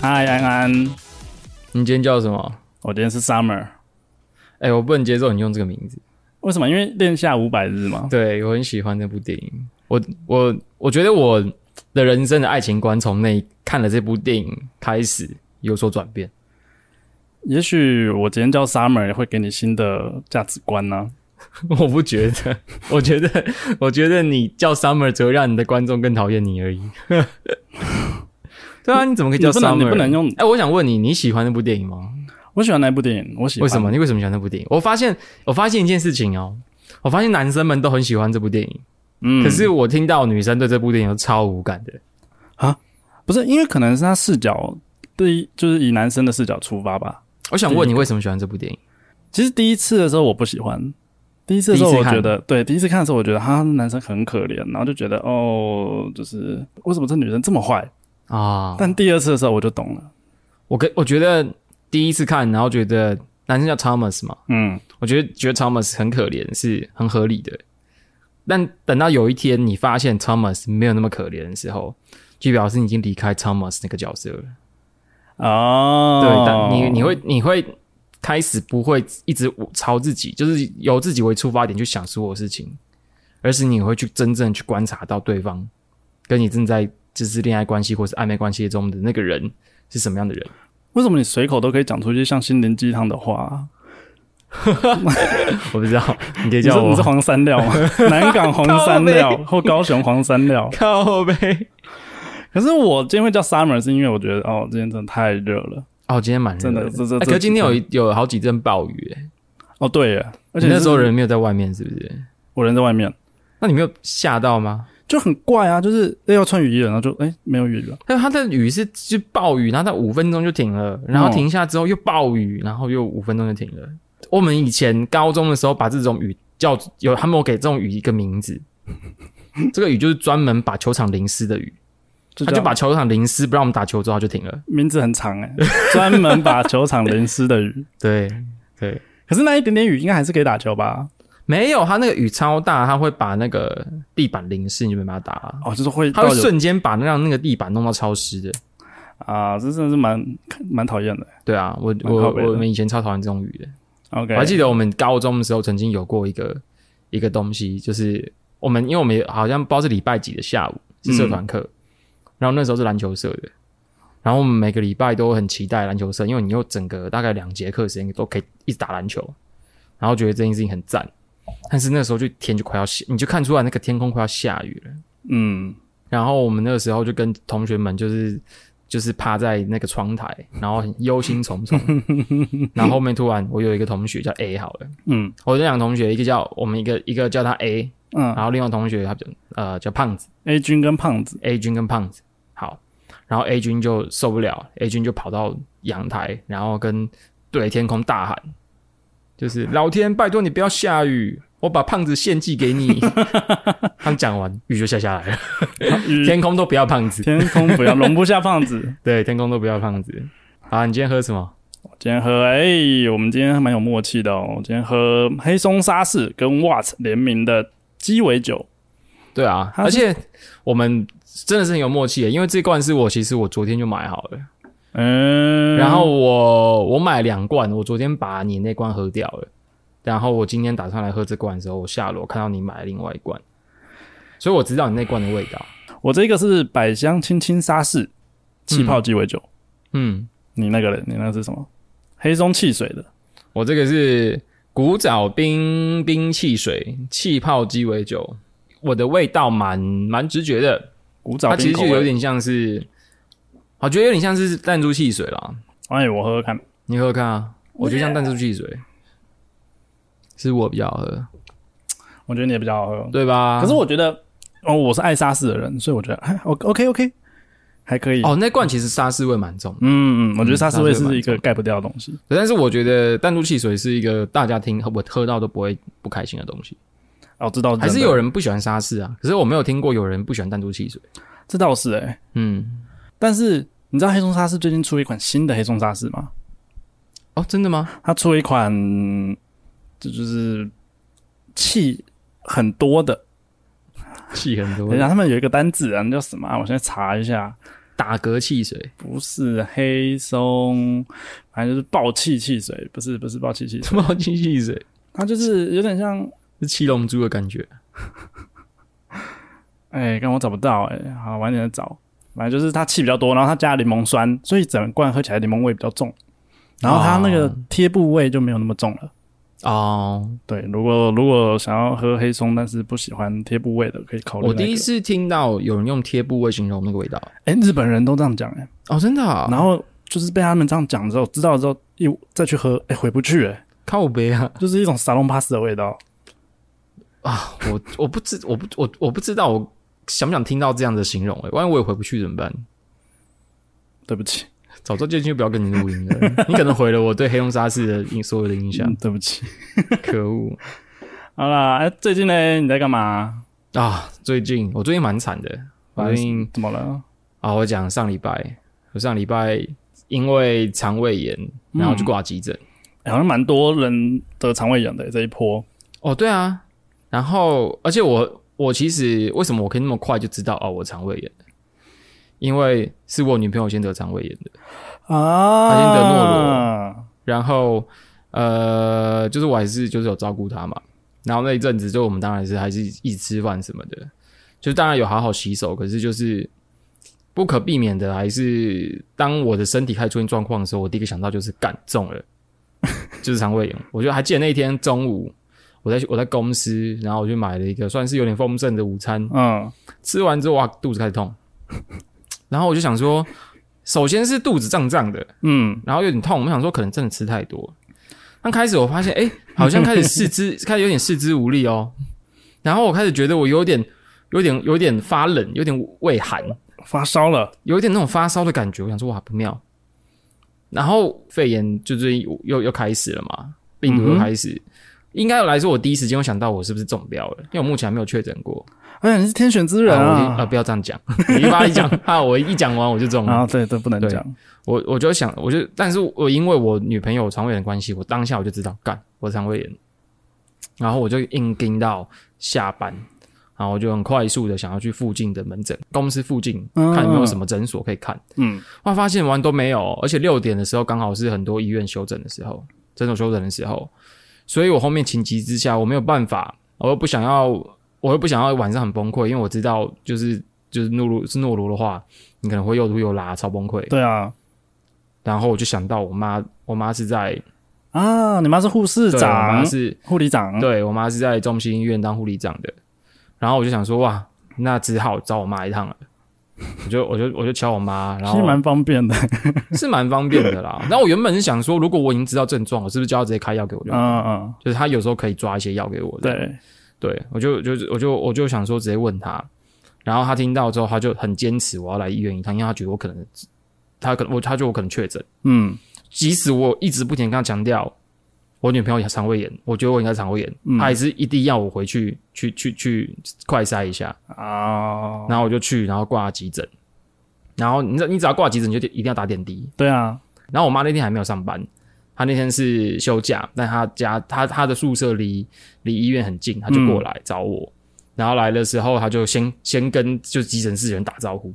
嗨，安安，哦你今天叫什么？我今天是 Summer，哎、我不能接受你用这个名字。为什么？因为练下五百日嘛。对我很喜欢这部电影，我我我觉得我的人生的爱情观从那看了这部电影开始有所转变。 也许我今天叫 Summer 会给你新的价值观啊呢、我不觉得， 我觉得我觉得你叫 Summer 只会让你的观众更讨厌你而已。 对啊，你怎么可以你叫不 Summer？能，你不能用。哎、我想问你，你喜欢那部电影吗？我喜欢那部电影，我喜欢。为什么？？你为什么喜欢那部电影？我发现，我发现一件事情哦，我发现男生们都很喜欢这部电影，嗯，可是我听到女生对这部电影都超无感的。不是因为可能是他视角，对于，就是以男生的视角出发吧。我想问你，为什么喜欢这部电影？其实第一次的时候我不喜欢，第一次的时候第一我次看觉得，对，第一次看的时候我觉得哈，男生很可怜，然后就觉得哦，就是为什么这女人这么坏？啊，但第二次的时候我就懂了，我跟我觉得第一次看，然后觉得男生叫 Thomas 嘛，嗯，我觉得觉得 Thomas 很可怜是很合理的。但等到有一天你发现 Thomas 没有那么可怜的时候，就表示你已经离开 Thomas 那个角色了。哦，对，但你你会你会开始不会一直朝自己，就是由自己为出发点去想所有事情，而是你会去真正去观察到对方跟你正在就是恋爱关系或是暧昧关系中的那个人是什么样的人。为什么你随口都可以讲出一些像心灵鸡汤的话？我不知道，你可以你叫是你我是黄山料吗？南港黄山料或高雄黄山料？ 靠呗。可是我今天会叫 Summer，是因为我觉得哦，今天真的太热了。哦，今天蛮热真的这这哎这可是今天有一有好几阵暴雨，哎哦，对耶，而且你那时候是人没有在外面，是不是？我人在外面那你没有吓到吗？就很怪啊，就是哎要穿雨衣了，然后就哎没有雨了。但它的雨是就暴雨，然后它五分钟就停了，然后哦停下之后又暴雨，然后又五分钟就停了。我们以前高中的时候把这种雨叫有，他们有给这种雨一个名字，这个雨就是专门把球场淋湿的雨，就他这就样把球场淋湿，不让我们打球之后它就停了。名字很长哎， 专门把球场淋湿的雨。对对，可是那一点点雨应该还是可以打球吧？没有，它那个雨超大，它会把那个地板淋湿，你就没办法打了。哦，就是会它到会有瞬间把那让那个地板弄到超湿的。啊，这真的是蛮蛮讨厌的。对啊，我蛮我靠北的我们以前超讨厌这种雨的。 OK，我还记得我们高中的时候曾经有过一个一个东西，就是我们因为我们好像不知道是礼拜几的下午是社团课，然后那时候是篮球社的，然后我们每个礼拜都很期待篮球社，因为你有整个大概两节课时间都可以一直打篮球，然后觉得这件事情很赞。但是那时候就天就快要下，你就看出来那个天空快要下雨了。嗯，然后我们那个时候就跟同学们就是就是趴在那个窗台，然后很忧心忡忡。然后后面突然我有一个同学叫 A 好了，嗯我这两个同学一个叫我们一个一个叫他 A，嗯然后另外同学他叫呃叫胖子，A 君跟胖子， A 君跟胖子好，然后 A 君就受不了，A 君就跑到阳台，然后跟对着天空大喊，就是老天拜托你不要下雨。我把胖子献祭给你，他们讲完雨就下下来了，啊雨天空都不要胖子，天空不要容不下胖子。 对，天空都不要胖子。啊，你今天喝什么？今天喝，哎、我们今天还蛮有默契的哦。今天喝黑松沙士跟 Watt 联名的鸡尾酒，对啊，它而是且我们真的是很有默契耶，因为这罐是我其实我昨天就买好了，嗯，然后我我买两罐，我昨天把你那罐喝掉了，然后我今天打算来喝这罐的时候，我下楼看到你买了另外一罐，所以我知道你那罐的味道。我这个是百香青青沙士气泡鸡尾酒，嗯，你那个嘞，你那个是什么？黑松汽水的，我这个是古早冰冰汽水气泡鸡尾酒，我的味道蛮蛮直觉的，古早它其冰实口就有味。点像是，我觉得有点像是弹珠汽水啦。哎，我喝喝看，你喝喝看啊，我觉得像弹珠汽水，是我比较喝，我觉得你也比较好喝。对吧？可是我觉得，哦，我是爱沙士的人，所以我觉得，哎，O OK OK，还可以。哦，那罐其实沙士味蛮重的，嗯嗯，我觉得沙士味嗯沙士味是一蛮个重盖不掉的东西。但是我觉得弹珠汽水是一个大家听我喝到都不会不开心的东西。哦，知道，还是真的有人不喜欢沙士啊，可是我没有听过有人不喜欢弹珠汽水。这倒是哎、嗯，但是你知道黑松沙士最近出一款新的黑松沙士吗？哦，真的吗？它出了一款，这就是气很多的。气很多等一下，他们有一个单字啊，那叫什么啊？我现在查一下。 打嗝汽水，不是黑松，反正就是爆气汽水，不是不是爆气汽水，什么好气汽水？它就是有点像， 是七龙珠的感觉。哎、刚我找不到、哎，好晚点再找。反正就是它气比较多，然后它加了柠檬酸，所以整罐喝起来柠檬味比较重，然后它那个哦贴布味就没有那么重了。哦，对，如果如果想要喝黑松，但是不喜欢贴布味的，可以考虑、我第哦一，次听到有人用贴布味形容那个味道。哎、日本人都这样讲、哎，哦，真的、啊？然后就是被他们这样讲之后，知道之后一再去喝，哎、回不去、哎，靠背啊！就是一种沙龙 pass 的味道。啊， 我我不知我不我我不知道我想不想听到这样的形容、欸，万一我也回不去怎么办？对不起，早知道今天就不要跟你录 音了，你可能毁了我对黑龙沙士的印所有的印象嗯，，对不起。可恶好啦，哎、最近呢，你在干嘛？啊！最近我最近蛮惨的，我最近怎么了？啊，我讲上礼拜，我上礼拜因为肠胃炎，然后就挂急诊。哎好像蛮多人得肠胃炎的、这一波。哦，对啊，然后而且我我其实为什么我可以那么快就知道哦，我肠胃炎了？因为是我女朋友先得肠胃炎的。啊他先得诺罗然后呃，就是我还是就是有照顾他嘛。然后那一阵子，就我们当然是还是一起吃饭什么的，就当然有好好洗手，可是就是不可避免的，还是当我的身体开始出现状况的时候，我第一个想到就是干中了，就是肠胃炎。我就还记得那一天中午，我在我在公司，然后我就买了一个算是有点丰盛的午餐，嗯，吃完之后哇，肚子开始痛，然后我就想说，首先是肚子胀胀的，嗯，然后有点痛，我们想说可能真的吃太多。刚开始我发现，哎、好像开始四肢 开始有点四肢无力哦，然后我开始觉得我有点有点有点发冷，有点畏寒，发烧了。有一点那种发烧的感觉。我想说哇不妙，然后肺炎就最近又又又开始了嘛，病毒嗯又哼开始。应该来说，我第一时间我想到我是不是中标了，因为我目前还没有确诊过。哎、你是天选之人啊我一啊！啊，不要这样讲，你一发一讲啊，我一讲完我就中了。啊，对，这不能对讲。我我就想，我就，但是我因为我女朋友肠胃炎的关系，我当下我就知道，干，我肠胃炎，然后我就硬盯到下班，然后我就很快速的想要去附近的门诊，公司附近嗯看有没有什么诊所可以看，嗯，哇，发现完都没有，而且六点的时候刚好是很多医院休诊的时候，诊所休诊的时候，所以我后面情急之下，我没有办法，我又不想要，我又不想要晚上很崩溃，因为我知道就是就是诺如是诺如的话，你可能会又吐又拉，超崩溃。对啊。然后我就想到我妈，我妈是在啊，你妈是护士对我妈长、嗯是护理长。对我妈是在中心医院当护理长的。然后我就想说，哇，那只好找我妈一趟了。我就我就我就敲我妈，然其实后蛮方便的。是蛮方便的 啦。那我原本是想说，如果我已经知道症状，我是不是就要直接开药给我就好？嗯嗯，就是他有时候可以抓一些药给我的。对，对，我就就我就我就想说直接问他，然后他听到之后，他就很坚持我要来医院一趟，因为他觉得我可能他可能我他觉得我可能确诊。嗯即使我一直不停地跟他强调，我女朋友也肠胃炎，我觉得我应该肠胃炎，嗯他还是一定要我回去去去去快筛一下，啊，然后我就去，然后挂急诊，然后你知道你只要挂急诊，你就一定要打点滴。对啊，然后我妈那天还没有上班，她那天是休假，但她家她她的宿舍离离医院很近，她就过来找我。然后来的时候，她就先先跟就急诊室的人打招呼，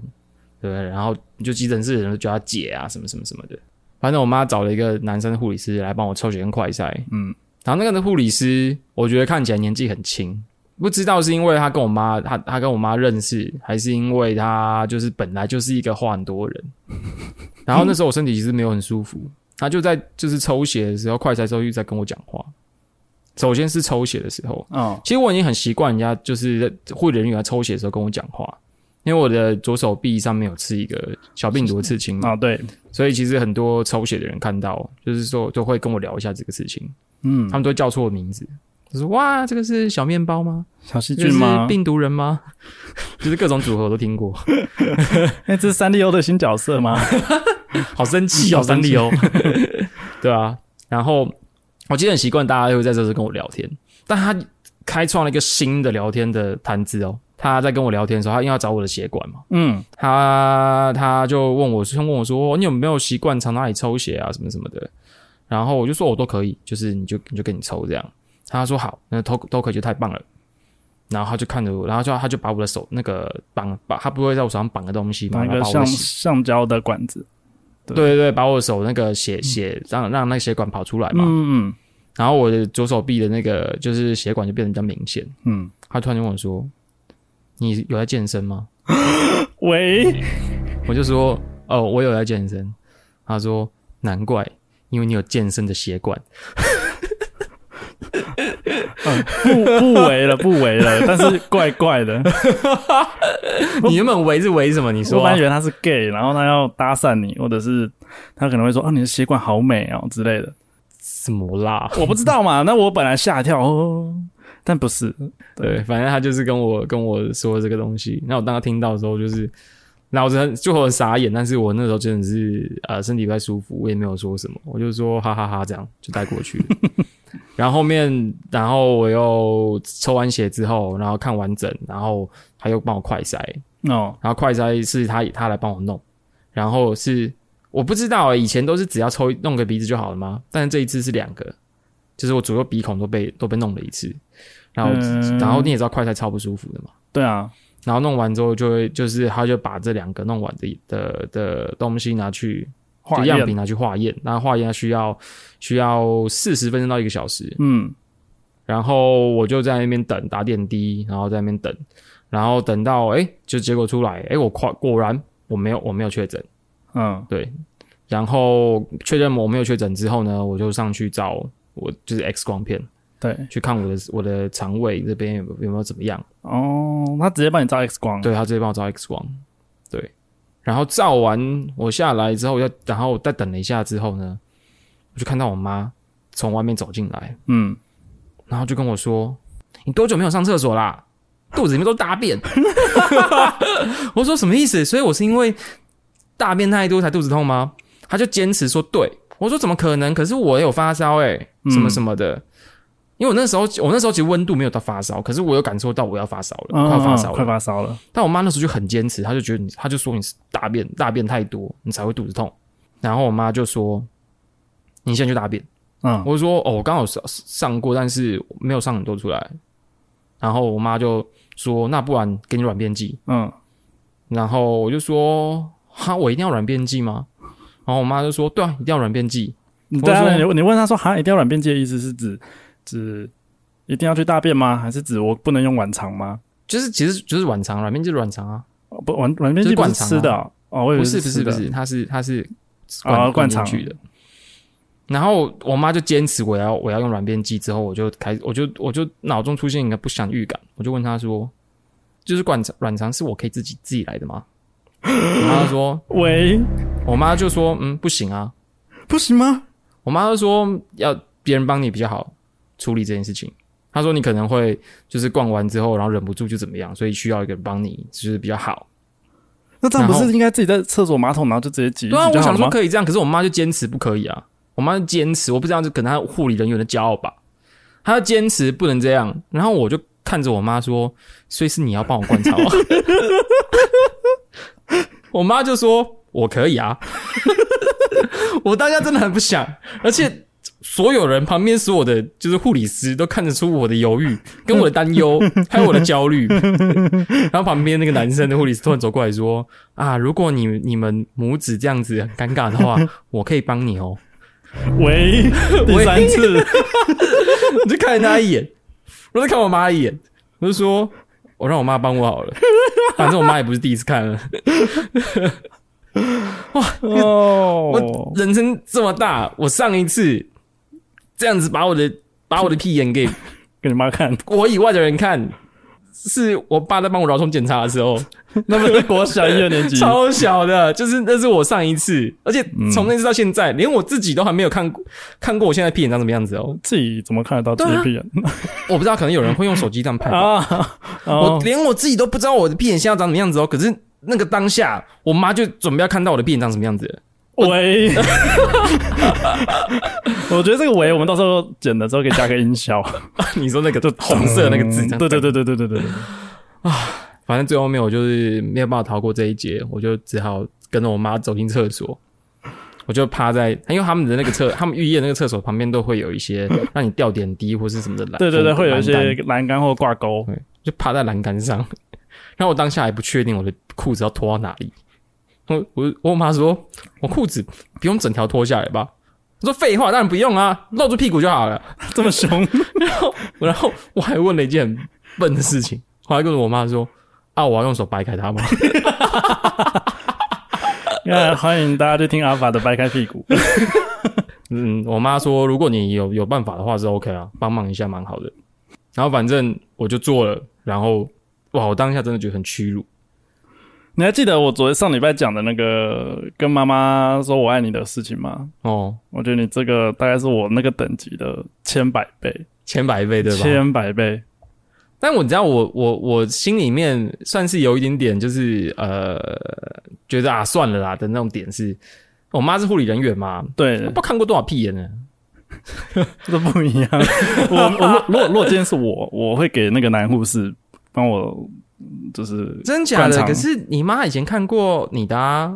对不对？然后就急诊室的人就叫她姐啊，什么什么什么的。反正我妈找了一个男生护理师来帮我抽血跟快筛，嗯，然后那个护理师，我觉得看起来年纪很轻，不知道是因为他跟我妈，他他跟我妈认识，还是因为他就是本来就是一个话很多人。然后那时候我身体其实没有很舒服，他就在就是抽血的时候，快筛时候又在跟我讲话。首先是抽血的时候，哦，其实我已经很习惯人家就是护理人员来抽血的时候跟我讲话，因为我的左手臂上面有刺一个小病毒的刺青嘛，啊，对，所以其实很多抽血的人看到，就是说都会跟我聊一下这个事情。嗯，他们都会叫错我名字，就说哇，这个是小面包吗？小细这个菌是吗？病毒人吗？ 就是各种组合我都听过，哎、这是三丽鸥的新角色 吗？好生气 哦，好生三气丽哦，对啊。然后我记得很习惯大家就会在这时跟我聊天，但他开创了一个新的聊天的谈资哦。他在跟我聊天的时候，他因为要找我的血管嘛，嗯，他他就问我，先问我说，哦你有没有习惯常哪里抽血啊，什么什么的。然后我就说我都可以，就是你就你就给你抽这样。他说好，那都都可以就太棒了。然后他就看着我，然后就他就把我的手那个绑，把他不会在我手上绑个东西嘛，拿一然后个把我橡的血橡胶的管子，对对对，把我的手那个血血让让那个血管跑出来嘛，嗯嗯然后我的左手臂的那个就是血管就变得比较明显。嗯，他突然就问我说：“你有在健身吗喂，？”我就说：“哦，我有在健身。”他说：“难怪，因为你有健身的血管。不不为了不为了， 但是怪怪的，你原本围是围什么？你我说啊本来以为他是 gay，然后他要搭讪你，或者是他可能会说啊你的血管好美哦之类的，什么啦？我不知道嘛，那我本来吓一跳哦，但不是，对，反正他就是跟我跟我说这个东西。那我当他听到的时候，就是，那我真的就很傻眼。但是我那时候真的是呃身体不太舒服，我也没有说什么，我就说哈哈哈这样就带过去了。然后后面，然后我又抽完血之后，然后看完整，然后他又帮我快筛，哦，然后快筛是他他来帮我弄，然后是我不知道、欸、以前都是只要抽一弄个鼻子就好了吗？但是这一次是两个，就是我左右鼻孔都被都被弄了一次，然后、嗯然后你也知道快筛超不舒服的嘛，对啊，然后弄完之后就会就是他就把这两个弄完的的的东西拿去化就样品验，拿去化验，然后化验需要需要四十分钟到一个小时，嗯，然后我就在那边等打点滴，然后在那边等，然后等到哎，诶就结果出来，哎，我快果然我没有我没有确诊，嗯对，然后确认我没有确诊之后呢，我就上去找我就是 X 光片对，去看我的我的肠胃这边有没有有没有怎么样，哦，他直接帮你照 X 光，对他直接帮我照 X 光，对，然后照完我下来之后要，然后再等了一下之后呢，我就看到我妈从外面走进来，嗯，然后就跟我说：“你多久没有上厕所啦？肚子里面都大便。” 我说：“什么意思？所以我是因为大便太多才肚子痛吗？”他就坚持说：“对。”我说：“怎么可能？可是我有发烧哎、嗯什么什么的。因为我那时候，我那时候其实温度没有到发烧，可是我有感受到我要发烧了，嗯快要发嗯烧快了。发烧了，但我妈那时候就很坚持，她就觉得你，她就说你是大便大便太多，你才会肚子痛。然后我妈就说：“你现在去大便。”嗯，我就说哦，我刚好上上过，但是没有上很多出来。然后我妈就说，那不然给你软便剂。嗯，然后我就说，哈，我一定要软便剂吗？然后我妈就说，对啊，一定要软便剂。你我对啊，说你你问他说哈，一定要软便剂的意思是指指一定要去大便吗？还是指我不能用碗肠吗？就是其实就是软肠，软便剂是软肠啊，哦不，软软便剂就是不灌是肠啊吃的哦，哦我以为不是不吃是不的，是，它是它是啊灌灌灌肠进去的。然后我妈就坚持我要我要用软便剂，之后我就开始我就我就脑中出现一个不祥预感，我就问她说，就是灌肠软肠是我可以自己自己来的 吗？然后她说喂，我妈就说：“嗯，不行啊。不行吗？”我妈就说：“要别人帮你比较好处理这件事情。”她说：“你可能会就是逛完之后，然后忍不住就怎么样，所以需要一个人帮你，就是比较好。那这样不然后是应该自己在厕所马桶，然后就直接挤一”对啊，挤就我好想了说吗？可以这样，可是我妈就坚持不可以啊。我妈就坚持，我不知道这可能她护理人员的骄傲吧，她就坚持不能这样。然后我就看着我妈说：“所以是你要帮我灌肠啊。” 我妈就说：“我可以啊。”我当下真的很不想，而且所有人旁边所有的就是护理师都看得出我的犹豫、跟我的担忧，还有我的焦虑。然后旁边那个男生的护理师突然走过来说：“啊，如果你你们母子这样子很尴尬的 话，我可以帮你哦。 喂，第喂三次，” 我就看了他一眼，我就看我妈一眼，我就说：“我让我妈帮我好了，反正我妈也不是第一次看了。”我哦，人生这么大，我上一次这样子把我的把我的屁眼给给你妈看，我以外的人看，是我爸在帮我饶痛检查的时候，那不是国小一二年级，超小的，就是那是我上一次，而且从嗯那次到现在，连我自己都还没有看过看过我现在屁眼长什么样子哦。自己怎么看得到啊自己屁眼我不知道，可能有人会用手机这样拍吧，啊？我哦，连我自己都不知道我的屁眼现在长什么样子哦。可是那个当下，我妈就准备要看到我的屁眼长什么样子 了，喂，我觉得这个喂，我们到时候剪的时候可以加个音效，你说那个就红色那个字，这样嗯对对对对对对对对，反正最后面我就是没有办法逃过这一劫，我就只好跟着我妈走进厕所，我就趴在，因为他们的那个厕，他们浴液那个厕所旁边都会有一些让你吊点滴或是什么的栏，对对对，栏杆会有一些栏杆或挂钩，对，就趴在栏杆上。 然后我当下还不确定我的裤子要脱到哪里。我我我妈说，我裤子不用整条脱下来吧？我说废话，当然不用啊，露住屁股就好了。 这么凶，然后我还问了一件很笨的事情，我还跟我妈说啊，我要用手掰开它吗？那欢迎大家去听阿法的掰开屁股。 嗯，我妈说，如果你有有办法的话是 OK 啊，帮忙一下蛮好的。然后反正我就做了，然后哇，我当下真的觉得很屈辱。你还记得我昨天上礼拜讲的那个跟妈妈说我爱你的事情吗？哦，我觉得你这个大概是我那个等级的千百倍，千百倍对吧？千百倍。但我知道我，我我心里面算是有一点点，就是呃，觉得啊算了啦的那种点是，我妈是护理人员嘛，对我不，知道看过多少屁眼呢？这不一样。 我我如果如果今天是我，我会给那个男护士帮我，嗯就是真假灌的？肠可是你妈以前看过你的 啊，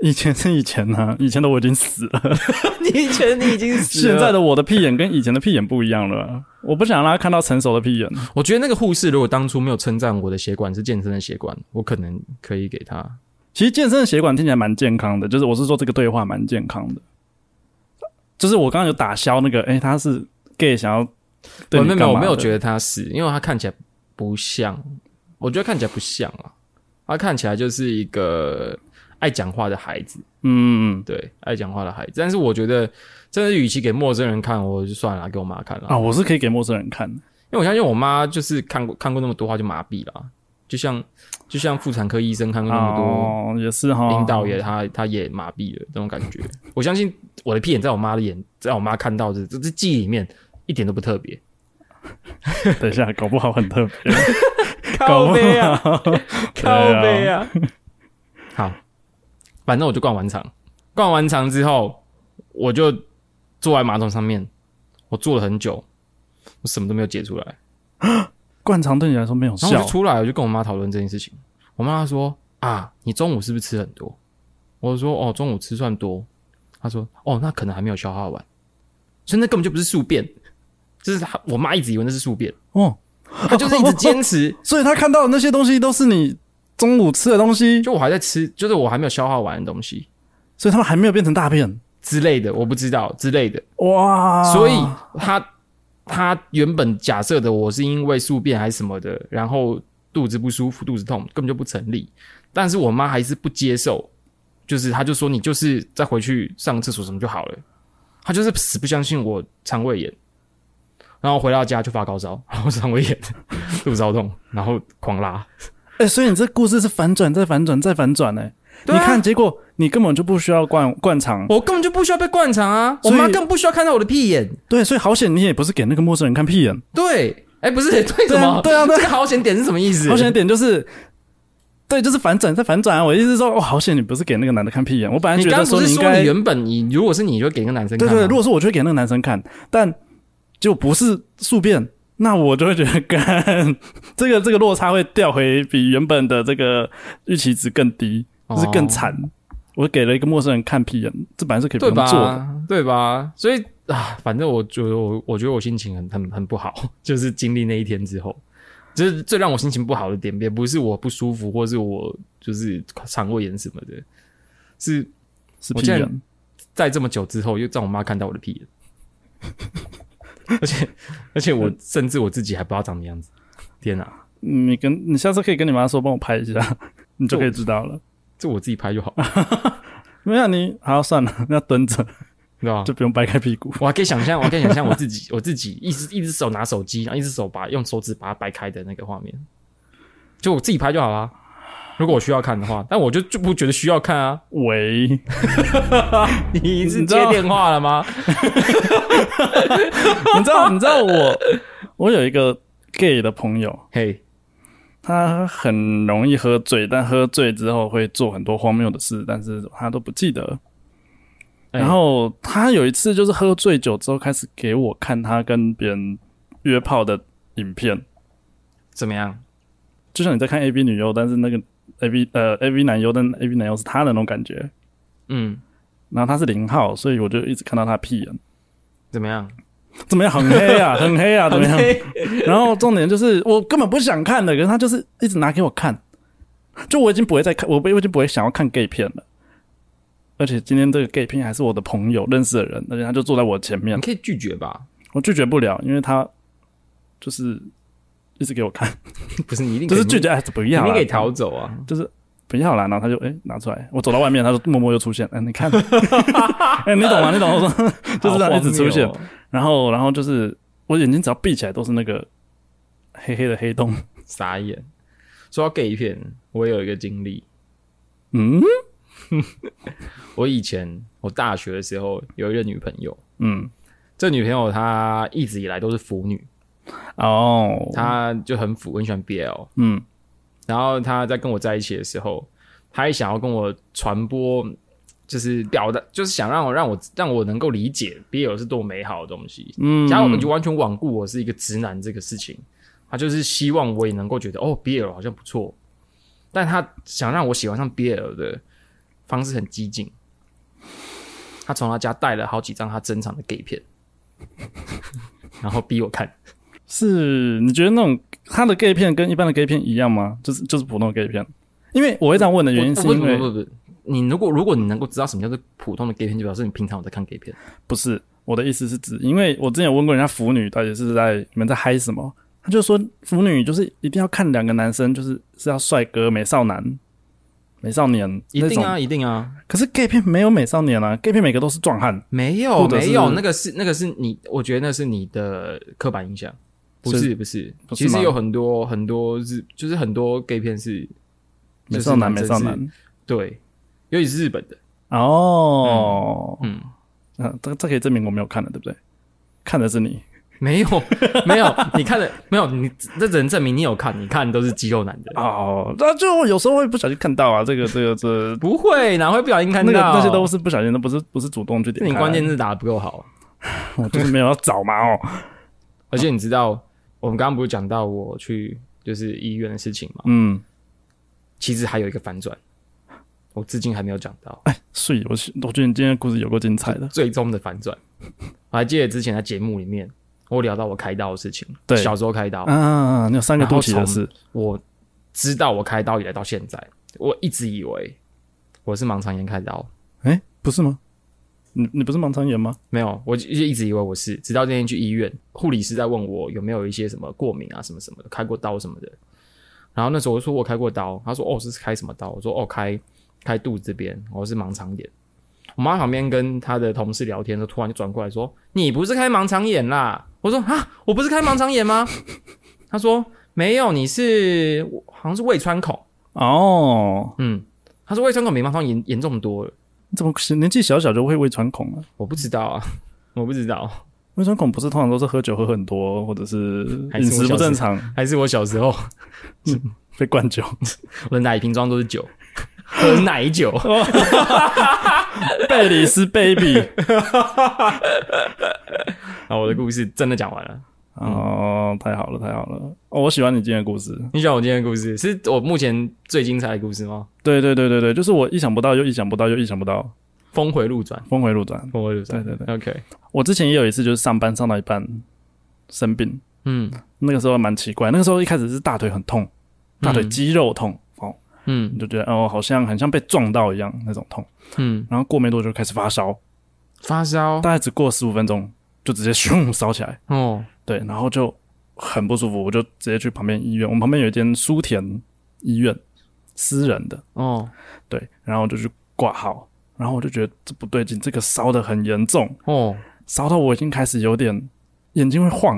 以前是以前呢、啊以前的我已经死了，你以前你已经死了现在的我的屁眼跟以前的屁眼不一样了。我不想让他看到成熟的屁眼。我觉得那个护士如果当初没有称赞我的血管是健身的血管，我可能可以给她。其实健身的血管听起来蛮健康的，就是我是说这个对话蛮健康的。就是我刚刚有打消那个，哎、他是 gay 想要对我你哦没干嘛的？有没有，我没有觉得她是，因为她看起来不像，我觉得看起来不像啊，她看起来就是一个爱讲话的孩子，嗯，嗯对，爱讲话的孩子。但是我觉得，真的与其给陌生人看，我就算了，给我妈看了嗯，啊，我是可以给陌生人看的。因为我相信我妈就是看过看过那么多话就麻痹了啊，就像就像妇产科医生看过那么多。哦，也是哈，领导也他他也麻痹了那种感觉。我相信我的屁眼在我妈的眼，在我妈看到的这这记忆里面一点都不特别。等一下，搞不好很特别，搞靠不背啊，好。 靠背啊！ 好，反正我就逛完场，逛完场之后，我就坐在马桶上面，我坐了很久，我什么都没有解出来。灌肠对你来说没有然后我效就，出来，我就跟我妈讨论这件事情。我妈说：“啊，你中午是不是吃很多？”我说：“哦，中午吃算多。”她说：“哦，那可能还没有消化完，所以那根本就不是宿便，就是她我妈一直以为那是宿便，哦，，她就是一直坚持所以他看到的那些东西都是你中午吃的东西，就我还在吃，就是我还没有消化完的东西所以他们还没有变成大便。之类的，我不知道之类的。哇，所以她她原本假设的我是因为宿便还是什么的，然后肚子不舒服、肚子痛，根本就不成立。但是我妈还是不接受，就是她就说你就是再回去上厕所什么就好了，她就是死不相信我肠胃炎。然后回到家就发高烧，然后肠胃炎、肚子烧痛，然后狂拉。哎、所以你这故事是反转再反转再反转哎、对啊你看，结果你根本就不需要灌灌肠，我根本就不需要被灌肠啊，我所以妈更不需要看到我的屁眼。对，所以好险你也不是给那个陌生人看屁眼，对，哎，不是对什对啊么？对啊对啊这个好险点是什么意思？好险的点就是，对，就是反转再反转啊。我的意思是说，哦，好险你不是给那个男的看屁眼，我本来你觉刚得刚不说是应说该你原本你如果是你就给一个男生对看吗，对，如果说我就会给那个男生看，但就不是宿便，那我就会觉得干这个这个落差会掉回比原本的这个预期值更低，哦就是更惨。我给了一个陌生人看屁眼，这本来是可以不对用做的。吧？对吧？所以啊，反正我觉得我我觉得我心情很很很不好， 就是经历那一天之后，就是最让我心情不好的点，也不是我不舒服，或是我就是肠胃炎什么的，是是我屁竟然眼，在这么久之后又让我妈看到我的屁眼， 而且而且我甚至我自己还不知道长什么样子，天哪、你跟你下次可以跟你妈说，帮我拍一 下，你就可以知道了。这我自己拍就好，了，没有啊你，好算了，那蹲着你知道吗？就不用掰开屁股。我还可以想象，我还可以想象我自己， 我自己一只一只手拿手机，然后一只手把用手指把它掰开的那个画面，就我自己拍就好啦。如果我需要看的话，但我就就不觉得需要看啊。 喂，你是是接接电话了吗？你知道你知道我我有一个 gay 的朋友，嘿，他很容易喝醉，但喝醉之后会做很多荒谬的事，但是他都不记得。哎然后他有一次就是喝醉酒之后，开始给我看他跟别人约炮的影片，怎么样？就像你在看 A V 女优，但是那个 A V 呃 A V 男优，但 A V 男优是他的那种感觉。嗯，然后他是零号，所以我就一直看到他屁眼。怎么样？怎么样？很黑啊，很黑啊，怎么样？对， 然后重点就是我根本不想看的，可是他就是一直拿给我看，就我已经不会再看，我不我已经不会想要看 gay 片了。而且今天这个 gay 片还是我的朋友认识的人，而且他就坐在我前面 你，可以拒绝吧？ 我拒绝不了，因为他就是一直给我看，不是你一定可就以是拒，绝，哎，不你一要定啦可以逃走啊！就是不要啦，然后他就哎、拿出来，我走到外面，他就默默又出现，嗯、你 看，哎、你懂吗？你懂我说， 就是这样一直出现好，荒谬哦然后然后就是我眼睛只要闭起来都是那个黑黑的黑洞，傻眼。说到 gay 片，我也有一个经历。嗯我以前我大学的时候有一个女朋友，嗯，这女朋友她一直以来都是腐女，哦，她就很腐，很喜欢 BL。嗯然后她在跟我在一起的时候，她也想要跟我传播，就是表达，就是想让我让我让我能够理解 BL 是多美好的东西。嗯，假如我们就完全罔顾我是一个直男这个事情，他就是希望我也能够觉得哦，BL 好像不错，但他想让我喜欢上 BL 的方式很激进。他从他家带了好几张他珍藏的 gay 片， 然后逼我看。是你觉得那种他的 gay 片跟一般的 gay 片一样吗？就是就是普通的 gay 片，因为我会这样问的原因是不因不为不不不，你如果如果你能够知道什么叫做普通的 gay 片，就表示你平常有在看 gay 片。不是我的意思是指，因为我之前有问过人家腐女到底是在你们在嗨什么，他就说腐女就是一定要看两个男生，就是是要帅哥美少男、美少年一那定种。啊，一定啊，可是 gay 片没有美少年啊，gay 片每个都是壮汉，没或有者是没有，那个是那个是你，我觉得那是你的刻板印象，不是不是，不是其吗实有很多很多日，就是很多 gay 片是美少男、就美是少男生是男。对，尤其是日本的，哦，嗯，嗯、这这可以证明我没有看了，对不对？看的是你，没有 没有，你看了没有？你这只能证明你有看，你看都是肌肉男的，哦，那就有时候会不小心看到啊，这个这个这不会哪会不小心 看那到个那些都是不小心的，不是不是主动去点是你开。关键字打的不够好，我就是没有要找嘛哦，而且你知道我们刚刚不是讲到我去就是医院的事情嘛？嗯，其实还有一个反转，我至今还没有讲到。所以我是我觉得你今天的故事有够精彩的，最终的反转。 我还记得之前在节目里面，我聊到我开刀的事情，对小时候开刀，啊，你有三个肚脐的事，我知道我开刀以来到现在，我一直以为我是盲肠炎开刀，哎、不是吗？你你不是盲肠炎吗？没有，我就一直以为我是，直到那天去医院，护理师在问我有没有一些什么过敏啊，什么什么的，开过刀什么的。然后那时候我就说我开过刀，他说哦是开什么刀？我说哦开开肚子这边，我是盲肠炎。我妈旁边跟她的同事聊天的时候，突然就转过来说：“你不是开盲肠炎啦？”我说：“啊，我不是开盲肠炎吗？”她说：“没有，你是好像是胃穿孔。哦，”嗯，她说胃穿孔比盲肠炎严重多了。你怎么年纪小小就会胃穿孔啊？我不知道啊， 我不知道。胃穿孔不是通常都是喝酒喝很多，或者是还饮是食我小不正时常还是我小时候被灌 酒？我的奶瓶装都是酒， 喝奶 酒。贝里斯 baby 啊，我的故事真的讲完了。哦，太好了太好了、哦，我喜欢你今天的故事，你喜欢我今天的故事？是我目前最精彩的故事吗？对对对对对，就是我意想不到又意想不到又意想不到，峰回路转，峰回路转。峰回路对转。对对， OK，我之前也有一次就是上班上到一半生病，嗯那个时候蛮奇怪，那个时候一开始是大腿很痛，大腿肌肉痛，哦，嗯你就觉得哦，好像很像被撞到一样那种痛。嗯，然后过没多久就开始发烧，发烧大概只过十五分钟就直接咻烧起来，哦，对，然后就很不舒服，我就直接去旁边医院，我们旁边有一间苏田医院，私人的，哦对，然后我就去挂号，然后我就觉得这不对劲，这个烧的很严重，哦，烧到我已经开始有点眼睛会晃，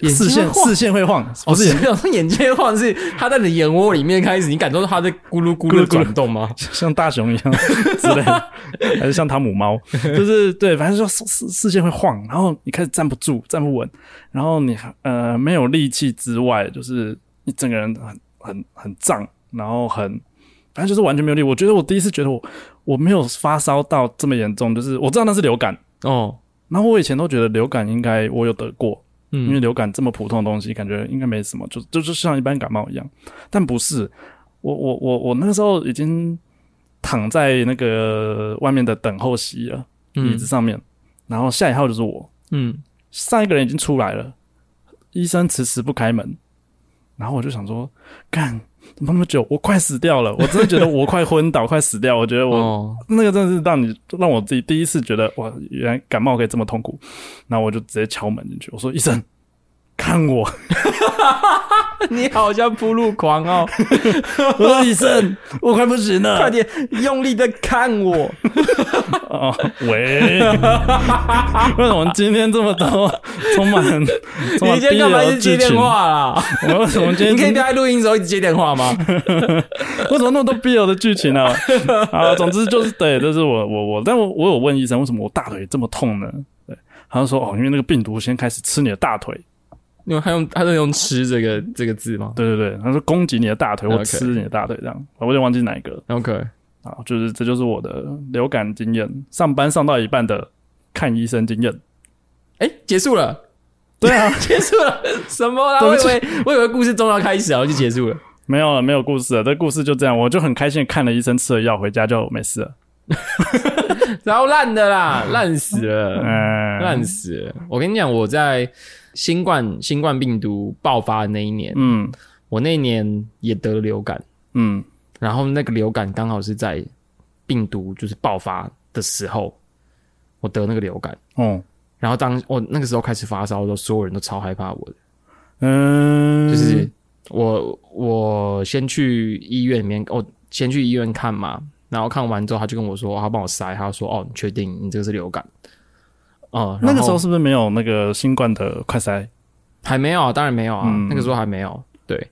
眼睛视会线晃视线会 晃，不是眼睛。 没有，哦是眼睛晃，是它在你的眼窝里面开始，你感受到它在咕噜咕咕噜咕噜噜转动吗？像大熊一样之类的，还是像汤姆 猫，就是对，反正就视视视线会晃，然后你开始站不住、站不稳，然后你呃没有力气之外，就是你整个人很很很胀，然后很反正就是完全没有力。我觉得我第一次觉得我我没有发烧到这么严重，就是我知道那是流感， 哦，然后我以前都觉得流感应该我有得过，因为嗯，流感这么普通的东西，感觉应该没什么，就就就像一般感冒一样。但不是，我我我我那个时候已经躺在那个外面的等候席了，椅嗯子上面，然后下一号就是我，嗯，上一个人已经出来了，医生迟迟不开门，然后我就想说，干怎么那么久？我快死掉了！我真的觉得我快昏倒， 快死掉！我觉得我、哦，那个真的是让你让我自己第一次觉得哇，原来感冒可以这么痛苦。然后我就直接敲门进去，我说：“医生，看我！” 你好像铺路狂 哦，我说：“医生，我快不行了！”快点用力的看我， 哦，喂，为什么今天这么多充满充满你今天低干嘛一流直接剧电情？话啦？我为什么今你可天以不要在录音的时候一直接电话吗？为什么那么多 BL 的剧情呢、 啊？啊，总之就是对，这是我我我，但我我有问医生为什么我大腿这么痛呢？对，他就说哦，因为那个病毒先开始吃你的大腿，因为他用他是用“吃”这个这个字吗对对对，他说攻击你的大腿或 OK 吃你的大腿这样，我有点忘记哪一个了？OK，啊，就是这就是我的流感经验，上班上到一半的看医生经验。哎、结束了，对啊， 结束了，什么啦？对我不以起为我以为故事终要开始，然啊后就结束了。没有了，没有故事了。这故事就这样，我就很开心地看了医生，吃了药回家就没事了。超烂的啦，烂死了，嗯，烂死了！我跟你讲，我在新冠新冠病毒爆发的那一年，嗯我那一年也得了流感，嗯然后那个流感刚好是在病毒就是爆发的时候，我得那个流感。哦然后当我那个时候开始发烧的时候，所有人都超害怕我的，嗯，就是我我先去医院里面，我先去医院看嘛，然后看完之后他就跟我说，他帮我筛，他说哦，你确定你这个是流感？哦、那然个后时候是不是没有那个新冠的快筛？还没有，当然没有啊，嗯那个时候还没有。对，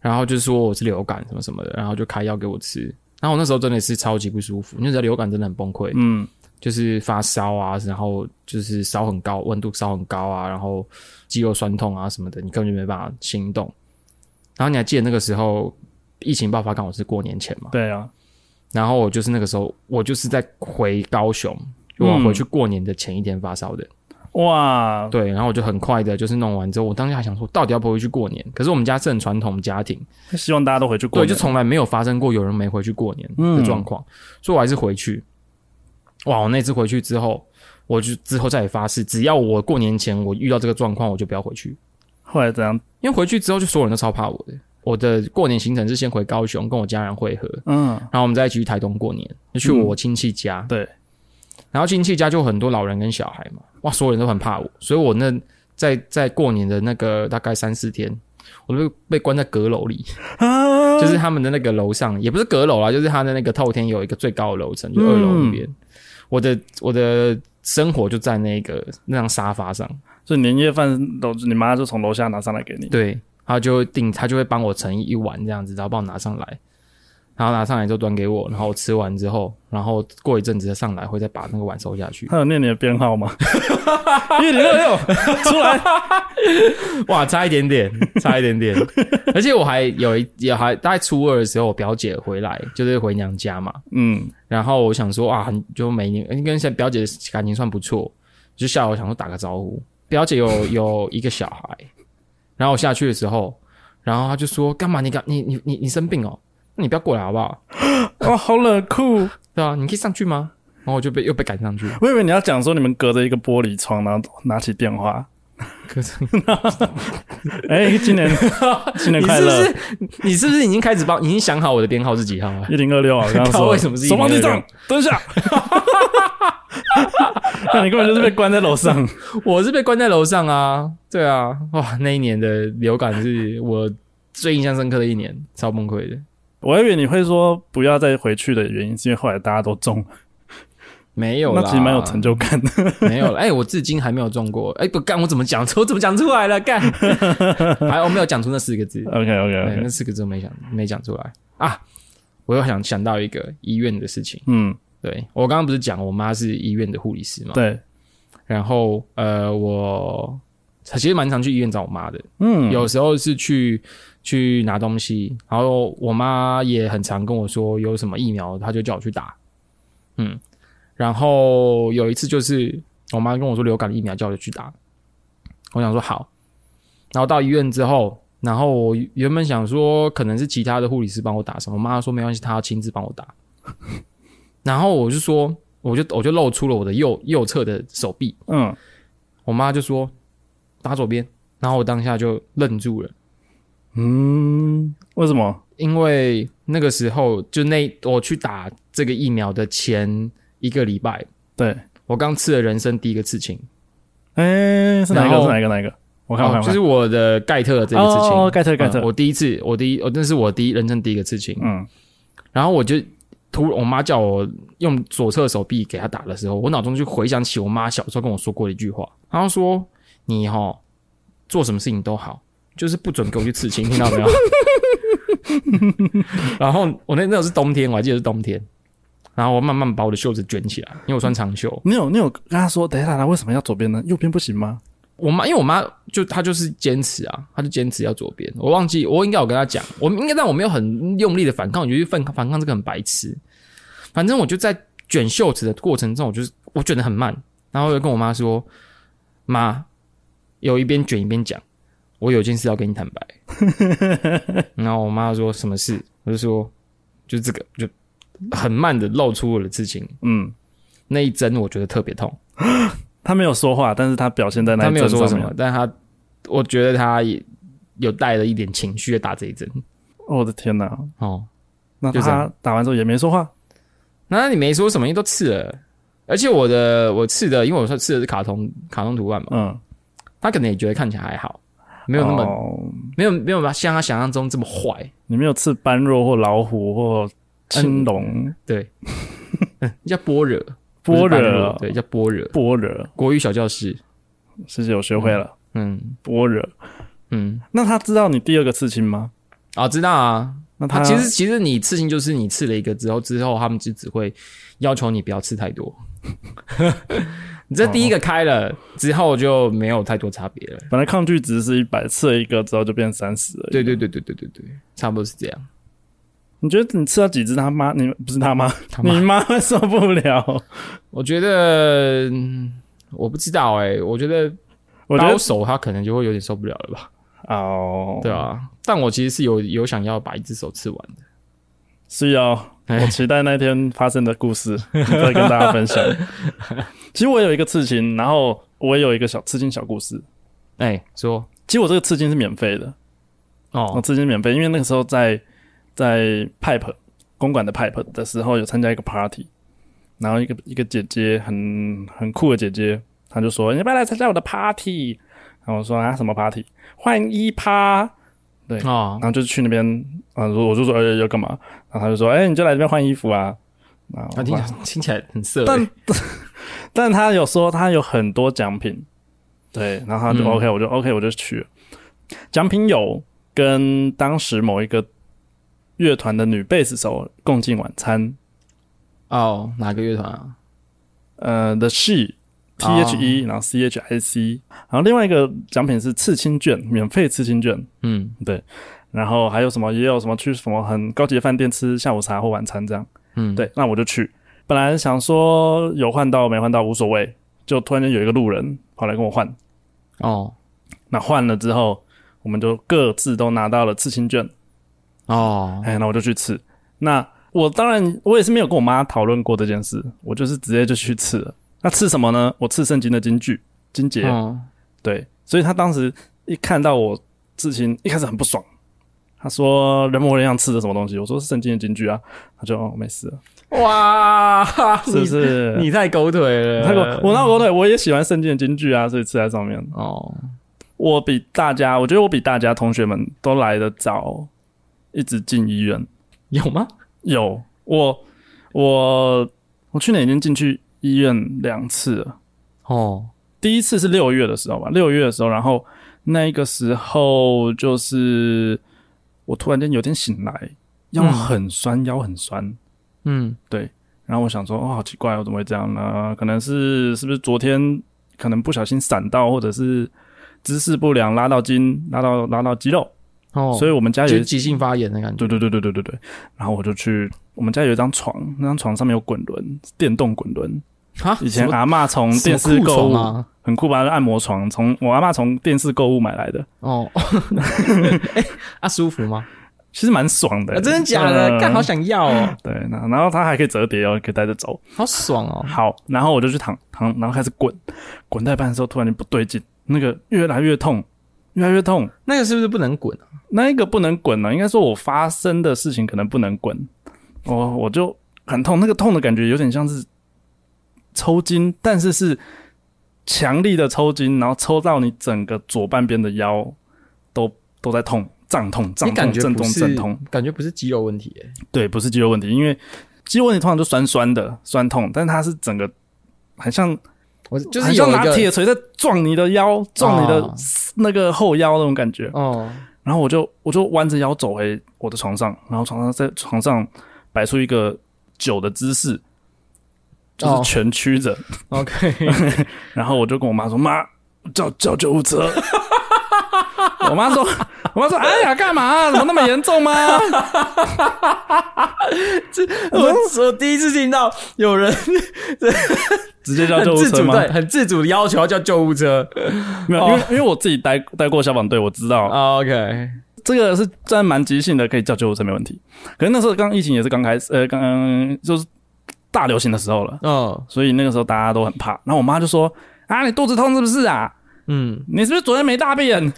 然后就说我是流感什么什么的，然后就开药给我吃。然后我那时候真的是超级不舒服，因为这流感真的很崩溃，嗯就是发烧啊，然后就是烧很高，温度烧很高啊，然后肌肉酸痛啊什么的，你根本就没办法行动。然后你还记得那个时候疫情爆发刚好是过年前嘛？对啊，然后我就是那个时候，我就是在回高雄，我嗯要回去过年的前一天发烧的。哇，对，然后我就很快的，就是弄完之后，我当时还想说，到底要不要回去过年？可是我们家是很传统家庭，希望大家都回去过年。对，嗯就从来没有发生过有人没回去过年的状况，所以我还是回去。哇，我那次回去之后，我就之后再也发誓，只要我过年前我遇到这个状况，我就不要回去，后来怎样？因为回去之后就所有人都超怕我的。我的过年行程是先回高雄跟我家人会合，嗯然后我们再一起去台东过年，就去我亲戚家。对，然后亲戚家就有很多老人跟小孩嘛，哇，所有人都很怕我，所以我那在在过年的那个大概三四天，我都被关在阁楼里，啊，就是他们的那个楼上，也不是阁楼啦，就是他的那个透天有一个最高的楼层，就二楼嗯那边。我的我的生活就在那个那张沙发上，就年夜饭楼，你妈就从楼下拿上来给你。对，他就会订，他就会帮我盛一碗这样子，然后帮我拿上来，然后拿上来之后端给我，然后我吃完之后，然后过一阵子再上来，会再把那个碗收下去。他有念你的编号 吗？一零六六，出来。哇，差一点 点，差一点点。而且我还有一也还大概初二的时候，我表姐回来，就是回娘家嘛。嗯然后我想说啊，很就每年跟现在表姐感情算不错，就下午想说打个招呼。表姐有有一个小孩，然后我下去的时候，然后她就说干嘛你干你你你你生病哦，那你不要过来好不好？哇，哦好冷酷！对啊，你可以上去吗？然后我就被又被赶 上去，我以为你要讲说你们隔着一个玻璃窗，然后拿起电话。可是哎，今 年新年你快是乐！不是你是不是已经开始帮已经想好我的编号是几号了？一零二六啊，我刚刚靠说为什么是手放地1026上，蹲 下。那你根本就是被关在楼上，我是被关在楼上啊，对啊，哇，那一年的流感是我最印象深刻的一年，超崩溃的。我还以为你会说不要再回去的原因，是因为后来大家都中，没有啦，那其实蛮有成就感的。没有了。哎、我至今还没有中过。哎、不干，我怎么讲 出？我怎么讲出来了？ 干，还我没有讲出那四个字， OK OK 对， OK，那四个字我没讲，没讲出来啊。我又想想到一个医院的事情，嗯，对我刚刚不是讲我妈是医院的护理师嘛，对，然后呃，我其实蛮常去医院找我妈的，嗯，有时候是去去拿东西，然后我妈也很常跟我说有什么疫苗，她就叫我去打。嗯，然后有一次就是我妈跟我说流感疫苗，叫我去打。我想说好，然后到医院之后，然后我原本想说可能是其他的护理师帮我打什么，我妈说没关系，她要亲自帮我打。然后我就说，我就我就露出了我的右右侧的手臂，嗯，我妈就说：“打左边，然后我当下就愣住了，嗯，为什么？因为那个时候就那我去打这个疫苗的前一个礼拜，对，我刚吃了人生第一个刺青，哎、是哪一然个？后是哪一个？哪一个？我看，我看，哦，我就看。是我的盖特的这个刺青，哦，盖特，盖嗯特，我第一次，我第一，哦我那是我第一人生第一个刺青，嗯，然后我就突我妈叫我用左侧手臂给她打的时候，我脑中就回想起我妈小时候跟我说过的一句话，然后说你哈、做什么事情都好，就是不准给我去刺青，听到没有？然后我那那时候是冬天，我还记得是冬天，然后我慢慢把我的袖子卷起来，因为我穿长袖。你有你有跟他说，等一下，他为什么要左边呢？右边不行吗？我妈因为我妈就她就是坚持啊，她就坚持要左边。我忘记我应该有跟她讲，我应该但我没有很用力的反抗，我觉得反反抗这个很白痴。反正我就在卷袖子的过程中，我就是我卷的很慢，然后我就跟我妈说：“妈，有一边卷一边讲，我有件事要跟你坦白。”然后我妈说什么事，我就说就这个，就很慢的露出我的事情。嗯，那一针我觉得特别痛。他没有说话，但是他表现在那他一没有阵上说面。什么，但他我觉得他也有带了一点情绪地打这一针哦我的天哪！哦。那就这他样打完之后也没说话，那你没说什么，因为都刺了，而且我的我刺的，因为我说刺的是卡通卡通图案嘛，嗯，他可能也觉得看起来还好，哦没有那么、哦没有没有像他想象中这么坏。你没有刺般若或老虎或青龙、对， 叫般若，嗯不般是般若、对，叫般若。般若，国语小教室，谢谢，我学会了嗯般若。嗯，那他知道你第二个刺青吗？啊，知道啊。那他他其实其实你刺青就是你刺了一个之后，之后他们就只会要求你不要刺太 多。你这第一个开了之后就没有太多差别了。本来抗拒值是一百，刺了一个之后就变三十了。对对对对对对对，差不多是这样。你觉得你吃到几只他妈？你不是他妈，他你妈，妈会受不了。我觉得嗯我不知道哎、我觉得我觉高得手他可能就会有点受不了了吧？哦，对，啊，但我其实是有有想要把一只手刺完的。是哦，哎我期待那天发生的故事， 你再跟大家分享。其实我有一个刺青，然后我也有一个小刺青小故事。哎、说其实我这个刺青是免费的，我哦，刺青免费，因为那个时候在在 Pipe 公馆的 Pipe 的时候，有参加一个 party，然后一个一个姐姐很很酷的姐姐，她就说你要不要来参加我的 party？然后我说啊什么 party？换衣趴。哦然，后就去那边，啊，我我就说、哎要干嘛？然后他就说，哎、你就来这边换衣服啊。然后那、听起来听起来很色、但欸，但他有说他有很多奖品，对，然后他就嗯 OK，、我就 OK，我就去了。奖品有跟当时某一个乐团的女贝斯手共进晚餐，哦，哪个乐团啊？呃，The She T 哦 H E，、然后 C H I C，然后另外一个奖品是刺青券，免费刺青券，嗯然后还有什么也有什么去什么很高级的饭店吃下午茶或晚餐这样。嗯，对，那我就去。本来想说有换到没换到无所谓，就突然间有一个路人跑来跟我换。哦那换了之后，我们就各自都拿到了刺青券。哦，哎，那我就去刺。那我当然我也是没有跟我妈讨论过这件事，我就是直接就去刺了。那刺什么呢？我刺圣经的金句金节。嗯对，所以他当时一看到我刺青，一开始很不爽。他说：“人模人样刺的什么东西？”我说：“是圣经的金句啊。”他就哦，没事了，哇，是不是？你？你呃太狗腿了，那个我那我对我也喜欢圣经的金句啊，所以刺在上面。哦，我比大家，我觉得我比大家同学们都来得早，一直进医院。有吗？有我我我去年已经进去医院两次了，哦，第一次是六月的时候吧，六月的时候，然后那个时候就是我突然间有点醒来，腰很酸，腰很酸。嗯然后我想说，哦，好奇怪，我怎么会这样呢？可能是是不是昨天可能不小心闪到，或者是姿势不良拉到筋，拉到拉到肌肉，哦，所以以我们家有就是一急性发炎的感觉对对对对对对对，然后我就去我们家有一张床，那张床上面有滚轮，电动滚轮。啊以前什么阿嬷从什么电视酷购爽物、啊，很酷吧？按摩床，从我阿嬷从电视购物买来的，哦， 哎，啊，舒服吗？其实蛮爽的、啊真的假的？嗯干，好想要哦，对，那然后它还可以折叠哦，可以带着走。好爽哦，好，然后我就去躺躺，然后开始滚，滚到一半的时候突然间不对劲，那个越来越痛，越来越痛。那个是不是不能滚啊？那一个不能滚啊了、应该说我发生的事情可能不能滚，我我就很痛，那个痛的感觉有点像是抽筋，但是是强力的抽筋，然后抽到你整个左半边的腰都都在痛，胀痛，胀你感痛，觉阵不痛，是阵痛。感觉不是肌肉问题、欸，对，不是肌肉问题，因为肌肉问题通常就酸酸的、酸痛，但它是整个很像我就是很有像一拿个铁锤在撞你的腰，撞你的哦那个后腰那种感觉。哦，然后我就我就弯着腰走回我的床上，然后床上在床上摆出一个酒的姿势，就是哦蜷曲着。 OK，然后我就跟我妈说：“妈，叫叫救护车。” 我妈说：“我妈说，哎呀，干嘛、啊怎么那么严 重吗？我我第一次听到有人直接叫很救护自车主吗？对，很自主的要求要叫救护车。没有，因为哦因为我自己待待过消防队，我知道、啊 OK，这个是真的蛮急性的，可以叫救护车没问题。可是那时候刚疫情也是刚开始，呃，刚就是大流行的时候了，哦，所以那个时候大家都很怕。然后我妈就说：“啊，你肚子痛是不是啊？嗯，你是不是昨天没大 便？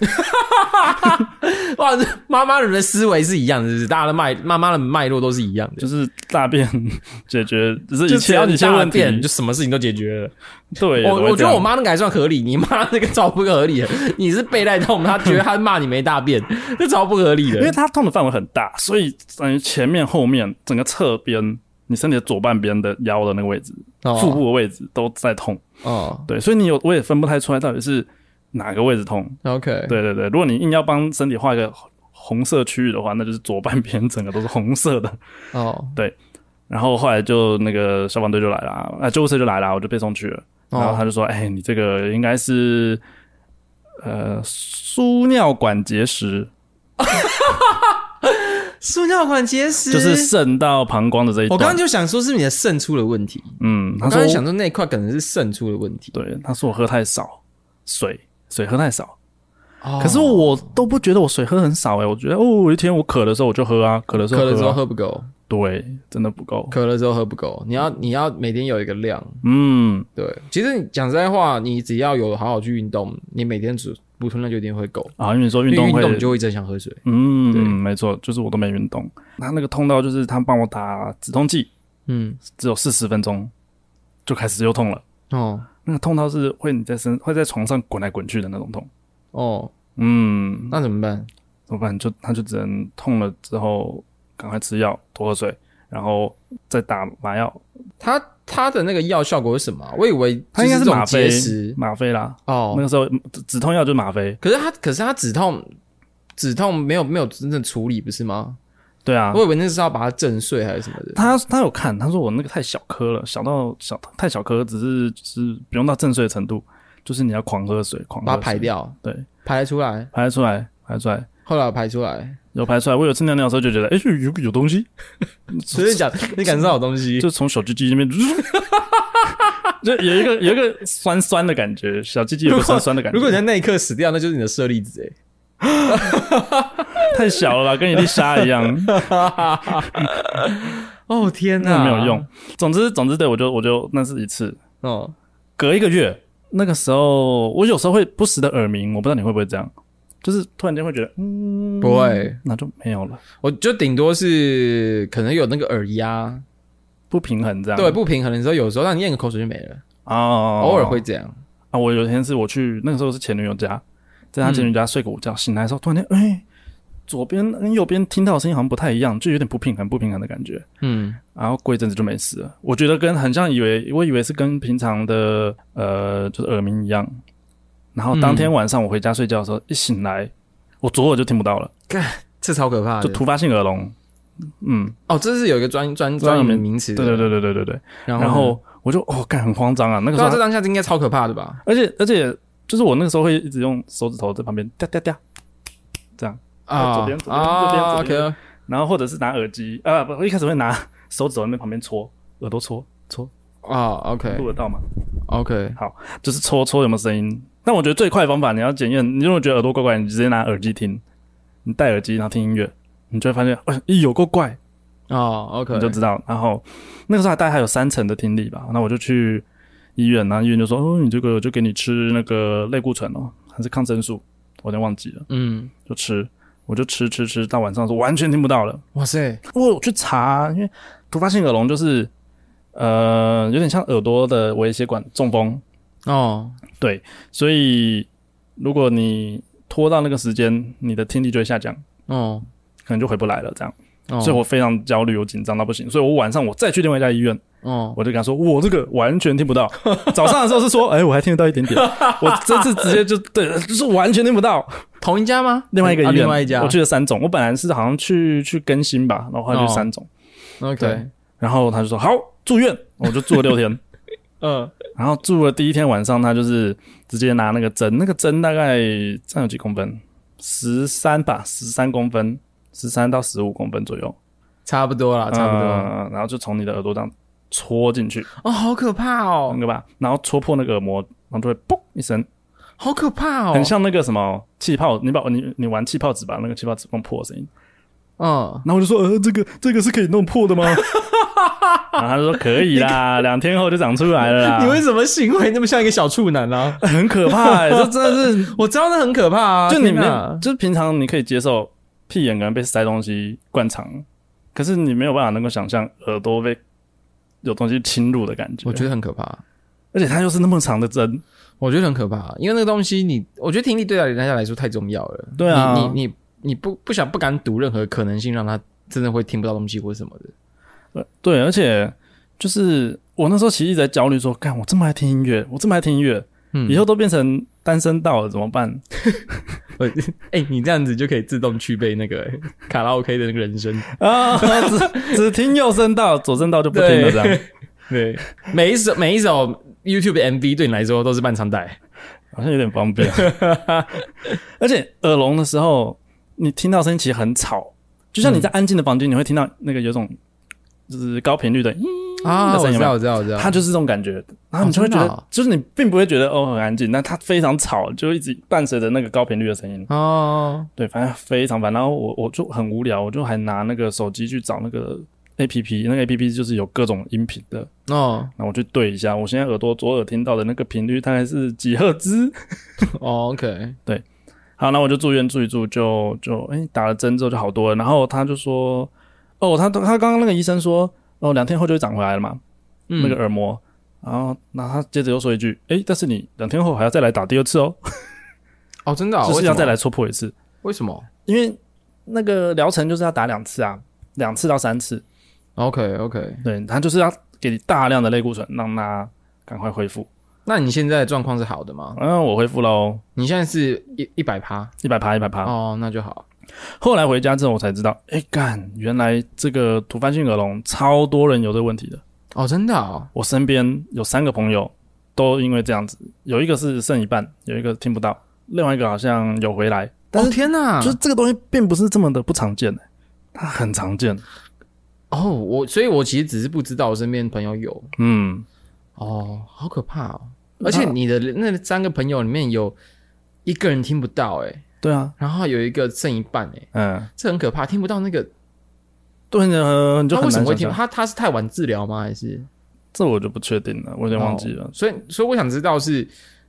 哇，这妈妈人的思维是一样的，是不是？大家的脉，妈妈的脉络都是一样的，就是大便 解决，只是就一只切要你一切大了问便，题。就什么事情都解决了。对，我会我这觉样得我妈那个还算合理，你妈那个超不合理的。 你是被带痛，她觉得她骂你没大便， 这超不合理因为的。它痛的范围很大，所以等于前面、后面、整个侧边、你身体的左半边的腰的那个位置、腹部的位置都在痛。哦对，所以你有我也分不太出来到底是哪个位置痛。哦，OK，对对对，如果你硬要帮身体画一个红红色区域的话，那就是左半边整个都是红色的。哦然后后来就那个消防队就来了，啊、救护车就来了，我就被送去了。然后他哦就说：“哎、你这个应该是呃输尿管结石，输尿管结石就是渗到膀胱的这一我段刚刚。就想说，是不是你的肾出了问题？”嗯，他我说刚才想说那一块可能是肾出了问题。对，他说我喝太少水，水喝太少。哦可是我都不觉得我水喝很少哎、我觉得哦，一天我渴的时候我就喝啊，渴的时候渴了之啊后喝不够，对，真的不够。渴了之后喝不够，你要你要每天有一个量。嗯，对，其实你讲实在话，你只要有好好去运动，你每天只补充量就一定会够。啊，因为你说运因为动运会动你就会一直想喝水。嗯，对没错，就是我都没运动。他那个痛到就是他帮我打止痛剂，嗯，只有四十分钟就开始又痛了。哦那个痛到是会你在身会在床上滚来滚去的那种痛。哦，嗯，那怎么办？怎么办？就他就只能痛了之后赶快吃药，多喝水，然后再打麻药。它它的那个药效果是什么啊？我以为他应该就是这种吗啡结石，吗啡啦。哦那。个时候止止痛药就是吗啡。可是它可是它止痛止痛没有没有真正处理不是吗？对啊，我以为那是要把它震碎还是什么的。他他有看，他说我那个太小颗了，小到小太小颗，只是就是不用到震碎的程度，就是你要狂喝水，狂喝把它水排，掉，对，排出来，排出来，排出来，后来我排出来，有排出来。我有次尿尿的时候就觉得，哎、有有有东 西，所以讲你感受到有东 西，就从小鸡鸡那边， 就有一个有一个酸酸的感觉，小鸡鸡有个酸酸的感觉。如果你在那一刻死掉，那就是你的舍利子哎。太小了吧，跟一粒沙一 样，哦天哪，那没有用。总之总之，对我就我就那是一次，哦。隔一个月，那个时候我有时候会不时的耳鸣，我不知道你会不会这样，就是突然间会觉得，嗯，不会，那就没有了，我就顶多是可能有那个耳压，不平衡这样。对不平衡的时候，有时候让你咽个口水就没了，嗯哦，偶尔会这样。啊。我有一天是我去那个时候是前女友家，在她前女嗯友家睡个午觉，醒来的时候突然间，哎、左边跟右边听到的声音好像不太一样，就有点不平衡不平衡的感觉。嗯，然后过一阵子就没事了，我觉得跟很像以为我以为是跟平常的呃就是耳鸣一样，然后当天嗯晚上我回家睡觉的时候、一醒来，我左耳就听不到了，这超可怕就的。突发性耳聋。嗯，哦，这是有一个专专专专有有名的名词。对对。对对对对对。然后然呢，后我就哦，干很慌张啊，那个对时啊，这候，当下应该超可怕的吧？而且而且就是我那个时候会一直用手指头在旁边哒哒哒，啊哎左边左边啊左边左边，OK，然后或者是拿耳机啊，不，我一开始会拿手指头在那边旁边搓耳朵搓搓，啊，OK，OK，录得到吗？ OK 就是搓搓有没有声音？但我觉得最快的方法，你要检验，你如果觉得耳朵怪怪，你直接拿耳机听，你戴耳机然后听音乐，你就会发现，哎、有够怪，啊，OK，你就知道。然后那个时候大概还有三成的听力吧，那我就去医院，然后医院就说，哦，你这个就给你吃那个类固醇哦，还是抗生素，我有点忘记了，嗯，就吃，我就吃吃吃，到晚上的时候完全听不到了。哇塞，我有去查，因为突发性耳聋就是呃有点像耳朵的微血管中风，哦，所以如果你拖到那个时间，你的听力就会下降，哦，可能就回不来了。这样，哦所以我非常焦虑，我紧张到不行，所以我晚上我再去另外一家医院，哦，我就跟他说，我这个完全听不 到。早上的时候是说，哎、我还听得到一点点，我这次直接就对，就是完全听不到。同一家吗？另外一个医啊院，另外一家，我去了三种，我本来是好像去去更新吧，然后后来哦去三种， OK，对然后他就说好住院，我就住了六天。嗯，然后住了第一天晚上，他就是直接拿那个针，那个针大概这样有几公分？十三吧，十三公分，十三到十五公分左右，差不多啦，啊差不多。呃然后就从你的耳朵这样戳进去，哦，好可怕哦那，个吧，然后戳破那个耳膜，然后就会嘣一声，好可怕哦，很，像那个什么气泡，你把你你玩气泡纸把那个气泡纸弄破的声音。嗯，然后我就说，呃，这个这个是可以弄破的 吗？然后他就说可以啦，两天后就长出来了啦。你为什么行为那么像一个小处男啊？很可 怕、欸，这真的是我知道那很可怕啊，就你天没哪有，就是平常你可以接受屁眼可能被塞东西灌肠，可是你没有办法能够想象耳朵被有东西侵入的感觉。我觉得，得很可怕，而且它又是那么长的针，我觉得很可怕，因为那个东西你，我觉得听力对大家来说太重要了。对啊你你你你不不想不敢赌任何可能性，让他真的会听不到东西或什么的。呃对，而且就是我那时候其实一直在焦虑说，干我这么爱听音乐，我这么爱听音乐，嗯以后都变成单声道了怎么办？呃哎、你这样子就可以自动具备那个 卡拉 OK 的那个人声。啊，只 只听右声道，左声道就不听了这样。对，每一首每一首 YouTube 的 MV 对你来说都是半场带。好像有点方 便。而且耳聋的时候，你听到声音其实很吵，就像你在嗯安静的房间，你会听到那个有种就是高频率的，嗯啊，那我声音知吗道，我知道，我知道。它就是这种感觉。然后你就会觉真得，的哦就是你并不会觉得哦很安静，但它非常吵，就一直伴随着那个高频率的声音。哦，对，反正非常烦。然后我我就很无聊，我就还拿那个手机去找那个 A P P，那个 A P P 就是有各种音频的。 哦，然后我去对一下，我现在耳朵左耳听到的那个频率大概是几赫兹？哦，OK，好，那我就住院住一住，就就哎、打了针之后就好多了。然后他就说，哦，他他刚刚那个医生说，哦两天后就会长回来了嘛，嗯那个耳膜。然后那他接着又说一句，哎、但是你两天后还要再来打第二次哦，哦，真的、哦，就是为要什么再来？戳破一次，为什么因为那个疗程就是要打两次啊，两次到三次， ？OK，OK。对他就是要给你大量的类固醇，让他赶快恢复。那你现在的状况是好的吗？嗯，我恢复喽，你现在是一一百趴一百趴一百趴。哦，那就好。后来回家之后我才知道，哎、干，原来这个突发性耳聋超多人有这个问题的。哦，真的哦，我身边有三个朋友都因为这样子，有一个是剩一半，有一个听不到，另外一个好像有回来，但哦是、天哪，就是这个东西并不是这么的不常见、欸，它很常见。哦，我所以，我其实只是不知道我身边朋友有嗯，哦，好可怕哦。而且你的那三个朋友里面有一个人听不到哎、对啊，然后有一个剩一半哎、嗯，这很可怕，听不到那个。对呢、呃，你就他很为什难么会想听？象。他他是太晚治疗吗？还是这我就不确定了，我有点忘记了。哦所以所以我想知道是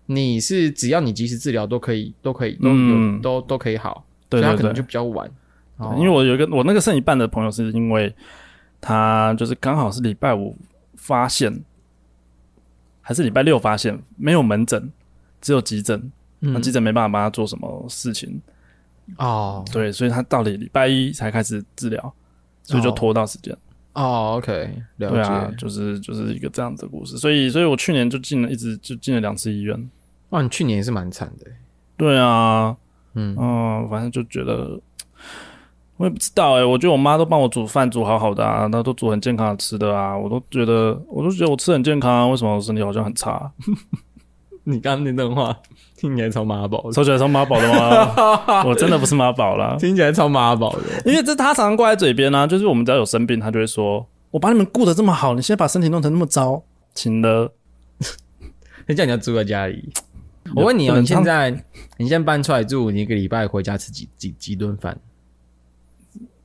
你是只要你及时治疗都可以都可以都有、嗯都都可以好，对所对以他可对能就，比较晚。哦对因为我有一个我那个剩一半的朋友，是因为他就是刚好是礼拜五发现，还是礼拜六发现没有门诊，只有急诊，那嗯急诊没办法帮他做什么事情。哦对，所以他到底礼拜一才开始治疗，所以就拖到时间。哦，OK，了对解。啊，就是就是一个这样子的故事。所以，所以我去年就进了，一直就进了两次医院。哇，你去年也是蛮惨的欸。对啊，嗯嗯、反正就觉得。我也不知道哎、我觉得我妈都帮我煮饭煮好好的啊，那都煮很健康的吃的啊，我都觉得，我都觉得我吃很健康、啊，为什么我身体好像很差？啊你刚刚那段话 听起来超妈宝的，抽起来像妈宝的 吗？我真的不是妈宝啦，听起来超妈宝的。因为这他常常挂在嘴边啊，就是我们只要有生病，他就会说：“我把你们顾得这么好，你现在把身体弄成那么糟，请了。人家你要住在家 里。我问你不哦，能你现当在你现在搬出来住，你一个礼拜回家吃几几几顿饭？”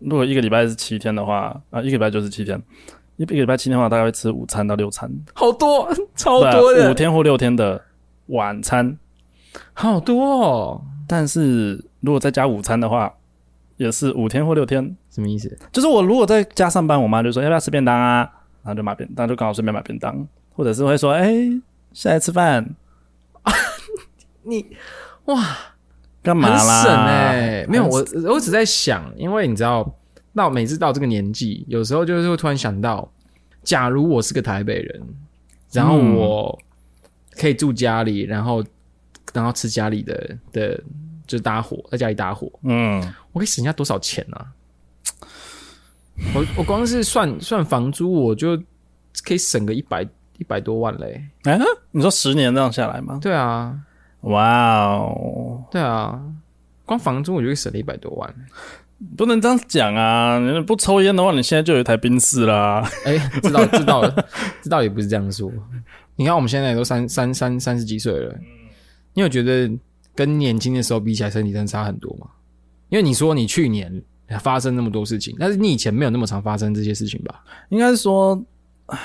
如果一个礼拜是七天的话，啊，一个礼拜就是七天，一一个礼拜七天的话，大概会吃五餐到六餐，哦好多，超 对啊多五的。天或六天的晚餐。好多哦，但是如果再加午餐的话，也是五天或六天。什么意思？就是我如果在家上班，我妈就说要不要吃便当啊，然后就买便当，就刚好顺便买便当，或者是会说哎、下来吃饭你干嘛很啦？省哎、没有很我，我只在想，因为你知道，到每次到这个年纪，有时候就是会突然想到，假如我是个台北人，然后嗯我可以住家里，然后然后吃家里的的，就是搭火在家里搭火，嗯，我可以省下多少钱呢、啊？我我光是算算房租，我就可以省个一百一百多万嘞、哎、你说十年这样下来吗？对啊，哇哦，对啊，光房租我就可以省了一百多万。不能这样讲啊！你不抽烟的话，你现在就有一台宾士啦。 哎、知道知道了，知道也不是这样说。你看我们现在也都三三三三十几岁了，你有觉得跟年轻的时候比起来，身体真的差很多吗？因为你说你去年发生那么多事情，但是你以前没有那么常发生这些事情吧？应该是说， 唉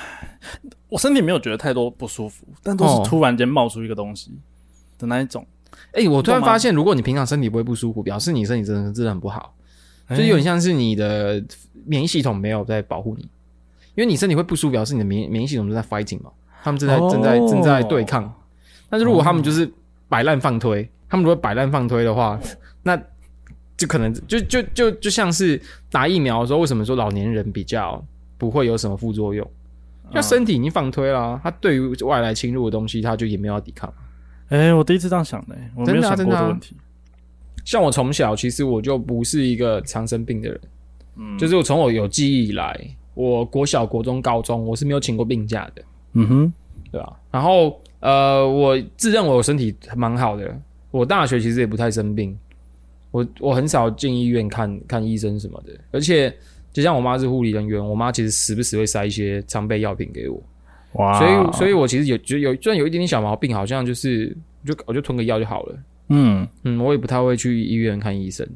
我身体没有觉得太多不舒服，但都哦是突然间冒出一个东西的那一种，哎、我突然懂吗发现，如果你平常身体不会不舒服，表示你身体真的真的很不好，就有哎点像是你的免疫系统没有在保护你，因为你身体会不舒服，表示你的免免疫系统正在 fighting 嘛，他们正在、哦正在正在对抗。但是如果他们就是摆烂放推，他们如果摆烂放推的话，那就可能就就就就像是打疫苗的时候，为什么说老年人比较不会有什么副作用？嗯因为身体已经放推了、他对于外来侵入的东西，他就也没有要抵抗。哎、我第一次这样想的、我没有真的啊想过真的这啊问题。像我从小其实我就不是一个常生病的人，嗯，就是我从我有记忆以来，我国小、国中、高中我是没有请过病假的，嗯哼，对吧、然后呃，我自认为我身体蛮好的，我大学其实也不太生病，我我很少进医院看看医生什么的，而且就像我妈是护理人员，我妈其实时不时会塞一些常备药品给我，哇哦所以所以我其实有觉得有虽然有一点点小毛病，好像就是就我就吞个药就好了。嗯，嗯，我也不太会去医院看医生，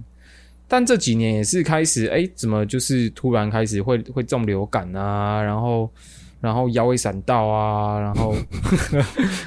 但这几年也是开始，哎、怎么就是突然开始会会中流感啊，然后然后腰会闪到啊，然后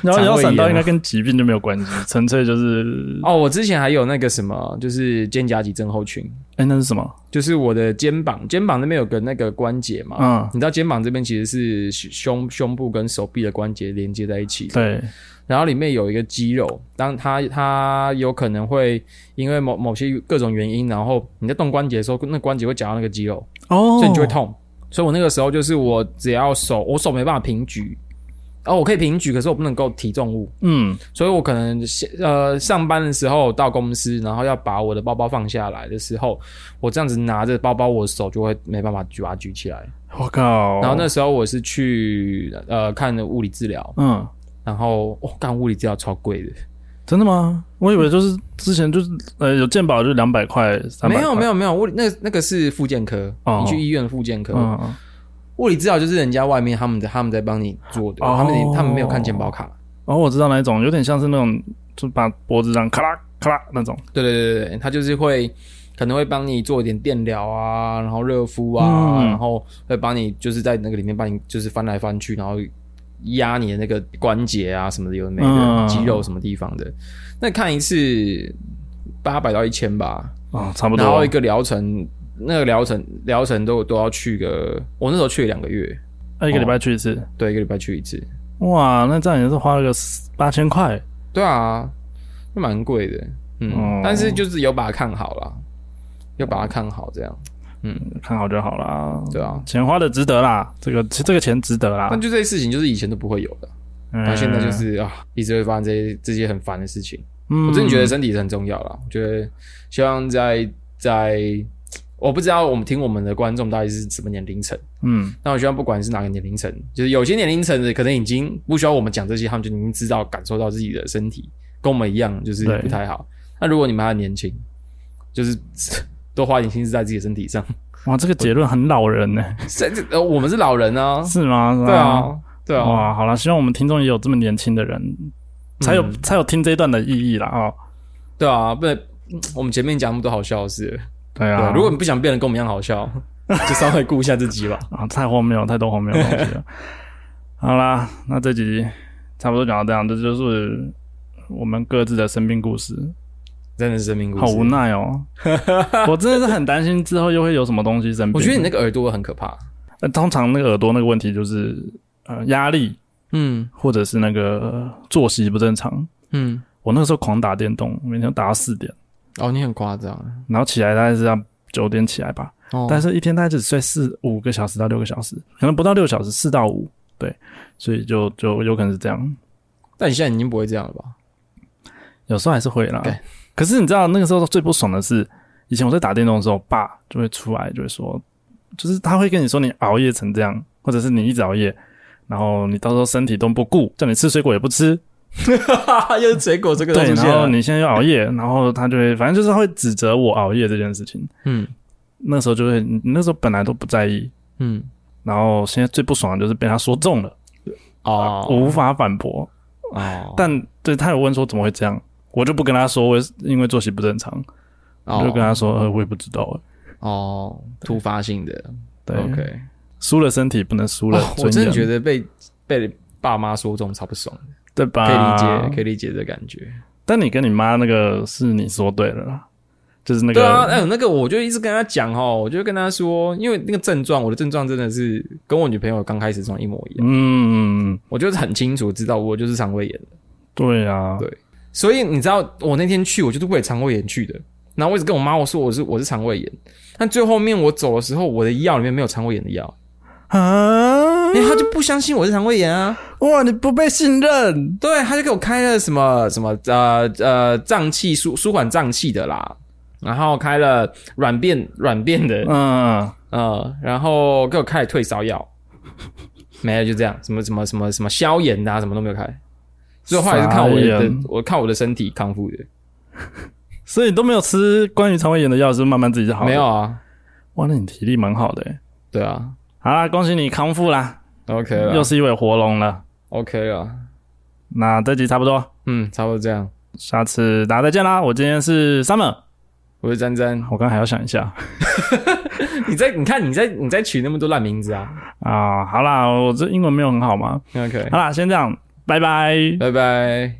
然后肠腰胃闪到炎应该啊跟疾病就没有关 系，纯粹就是，哦，我之前还有那个什么，就是肩胛肌症候群，哎、那是什么？就是我的肩膀肩膀那边有个那个关节嘛，嗯，你知道肩膀这边其实是胸胸部跟手臂的关节连接在一起的，对，然后里面有一个肌肉，当它它有可能会因为某某些各种原因，然后你在动关节的时候，那关节会夹到那个肌肉，哦，所以你就会痛。所以我那个时候就是我只要手，我手没办法平举，哦，我可以平举，可是我不能够提重物，嗯，所以我可能呃上班的时候到公司，然后要把我的包包放下来的时候，我这样子拿着包包，我手就会没办法举把它举起来。我靠，然后那时候我是去呃看物理治疗，嗯，然后我、哦、干物理治疗超贵的。真的吗？我以为就是之前就是呃有健保就两百块，300没有块没，有没有，物理那那个是复健科，哦你去医院的复健科，嗯嗯物理治疗就是人家外面他们的他们在帮你做的，哦他们他们没有看健保卡。哦，我知道那一种，有点像是那种，就把脖子这样咔啦咔啦那种。对对对对对，他就是会可能会帮你做一点电疗啊，然后热敷啊，嗯然后会帮你就是在那个里面帮你就是翻来翻去，然后压你的那个关节啊什么的，有的没的、嗯肌肉什么地方的。那看一次八百到一千吧，哦，差不然后多一。个疗程。那个疗程疗程都都要去个，我那时候去了两个月，那啊一个礼拜去一次，对，一个礼拜去一次。哇，那这样也是花了个八千块。对啊，就蛮贵的，嗯，哦但是就是有把它看好啦，有把它看好这样，看好就好啦，对啊。钱花的值得啦，这个这个钱值得啦但。就这些事情，就是以前都不会有的，啊嗯然后现在就，是啊，一直会发生这些这些很烦的事情。嗯我真的觉得身体是很重要啦，我觉得希望在在，我不知道我们听我们的观众到底是什么年龄层，嗯，那我希望不管是哪个年龄层，就是有些年龄层的可能已经不需要我们讲这些，他们就已经知道感受到自己的身体跟我们一样，就是对不太好。那如果你们还年轻，就是多花点心思在自己的身 体上。哇，这个结论很老人呢，甚至呃，我们是老人啊，是吗？是吗对，啊，对啊，哇，好啦，希望我们听众也有这么年轻的人，才有嗯才有听这一段的意义啦。哦。对啊，不然我们前面讲那么多好笑的事，对对啊，啊，如果你不想变得跟我们一样好笑， 就稍微顾一下 自己吧。啊，太荒谬，太多荒谬的 东西了。好啦，那这集差不多讲到这样，这就是我们各自的生病故事，真的是生命故事。好无，奈 哦。我真的是很担心之后又会有什么东西生病。我觉得你那个耳朵很可怕。呃通常那个耳朵那个问题就是呃压力嗯或者是那个呃作息不正常。嗯，我那个时候狂打电动，每天打到四点，哦，你很夸张。然后起来大概是要九点起来吧，哦，但是一天大概只睡四五个小时到六个小时，可能不到六小时，四到五，对，所以就就有可能是这样，但你现在已经不会这样了吧？有时候还是会啦对。可是你知道那个时候最不爽的是，以前我在打电动的时候，爸就会出来就会说，就是他会跟你说你熬夜成这样，或者是你一直熬夜，然后你到时候身体都不顾，叫你吃水果也不吃， 又是水啊果这个对，东西然后你现在又熬夜，然后他就会反正就是他会指责我熬夜这件事情。嗯那时候就会，你那时候本来都不在意，嗯然后现在最不爽的就是被他说中了，我哦无法反驳。哦，但对他有问说怎么会这样，我就不跟他说，我是因为作息不正常，我就跟他说，呃，我也不知道。欸哦突发性的对，OK。输了身体不能输了哦尊严，我真的觉得被被爸妈说中超不爽对的，可以理吧？解，可以理解的感觉。但你跟你妈那个是你说对了啦，就是那对啊，个哎、那个我就一直跟他讲哦，我就跟他说，因为那个症状，我的症状真的是跟我女朋友刚开始状一模一样，嗯，我就是很清楚知道我就是肠胃炎，对啊，对所以你知道我那天去，我就是为了肠胃炎去的。然后我一直跟我妈我说我是我是肠胃炎，但最后面我走的时候，我的药里面没有肠胃炎的药，啊嗯因，为他就不相信我是肠胃炎啊，哇，你不被信任，对，他就给我开了什么什么呃呃胀气舒舒缓胀气的啦，然后开了软便软便的，嗯，呃，然后给我开了退烧药， 没了，就这样，什么什么什么什么消炎的、啊，什么都没有开。所以后来是靠我傻的眼，我靠我的身体康复的，所以你都没有吃关于肠胃炎的药，是不是慢慢自己就好了没有，啊，哇，那你体力蛮好的欸。对啊好啦，恭喜你康复啦， ，OK 又了是一尾活龙了。 ，OK 了，那这集差不多，嗯，差不多这样。下次大家再见啦。我今天是 Summer，我是詹詹，我刚还要想一下你在你看你在你在取那么多烂名字啊啊。好啦，我这英文没有很好嘛。 ，OK，好啦，先这样，拜拜。拜拜。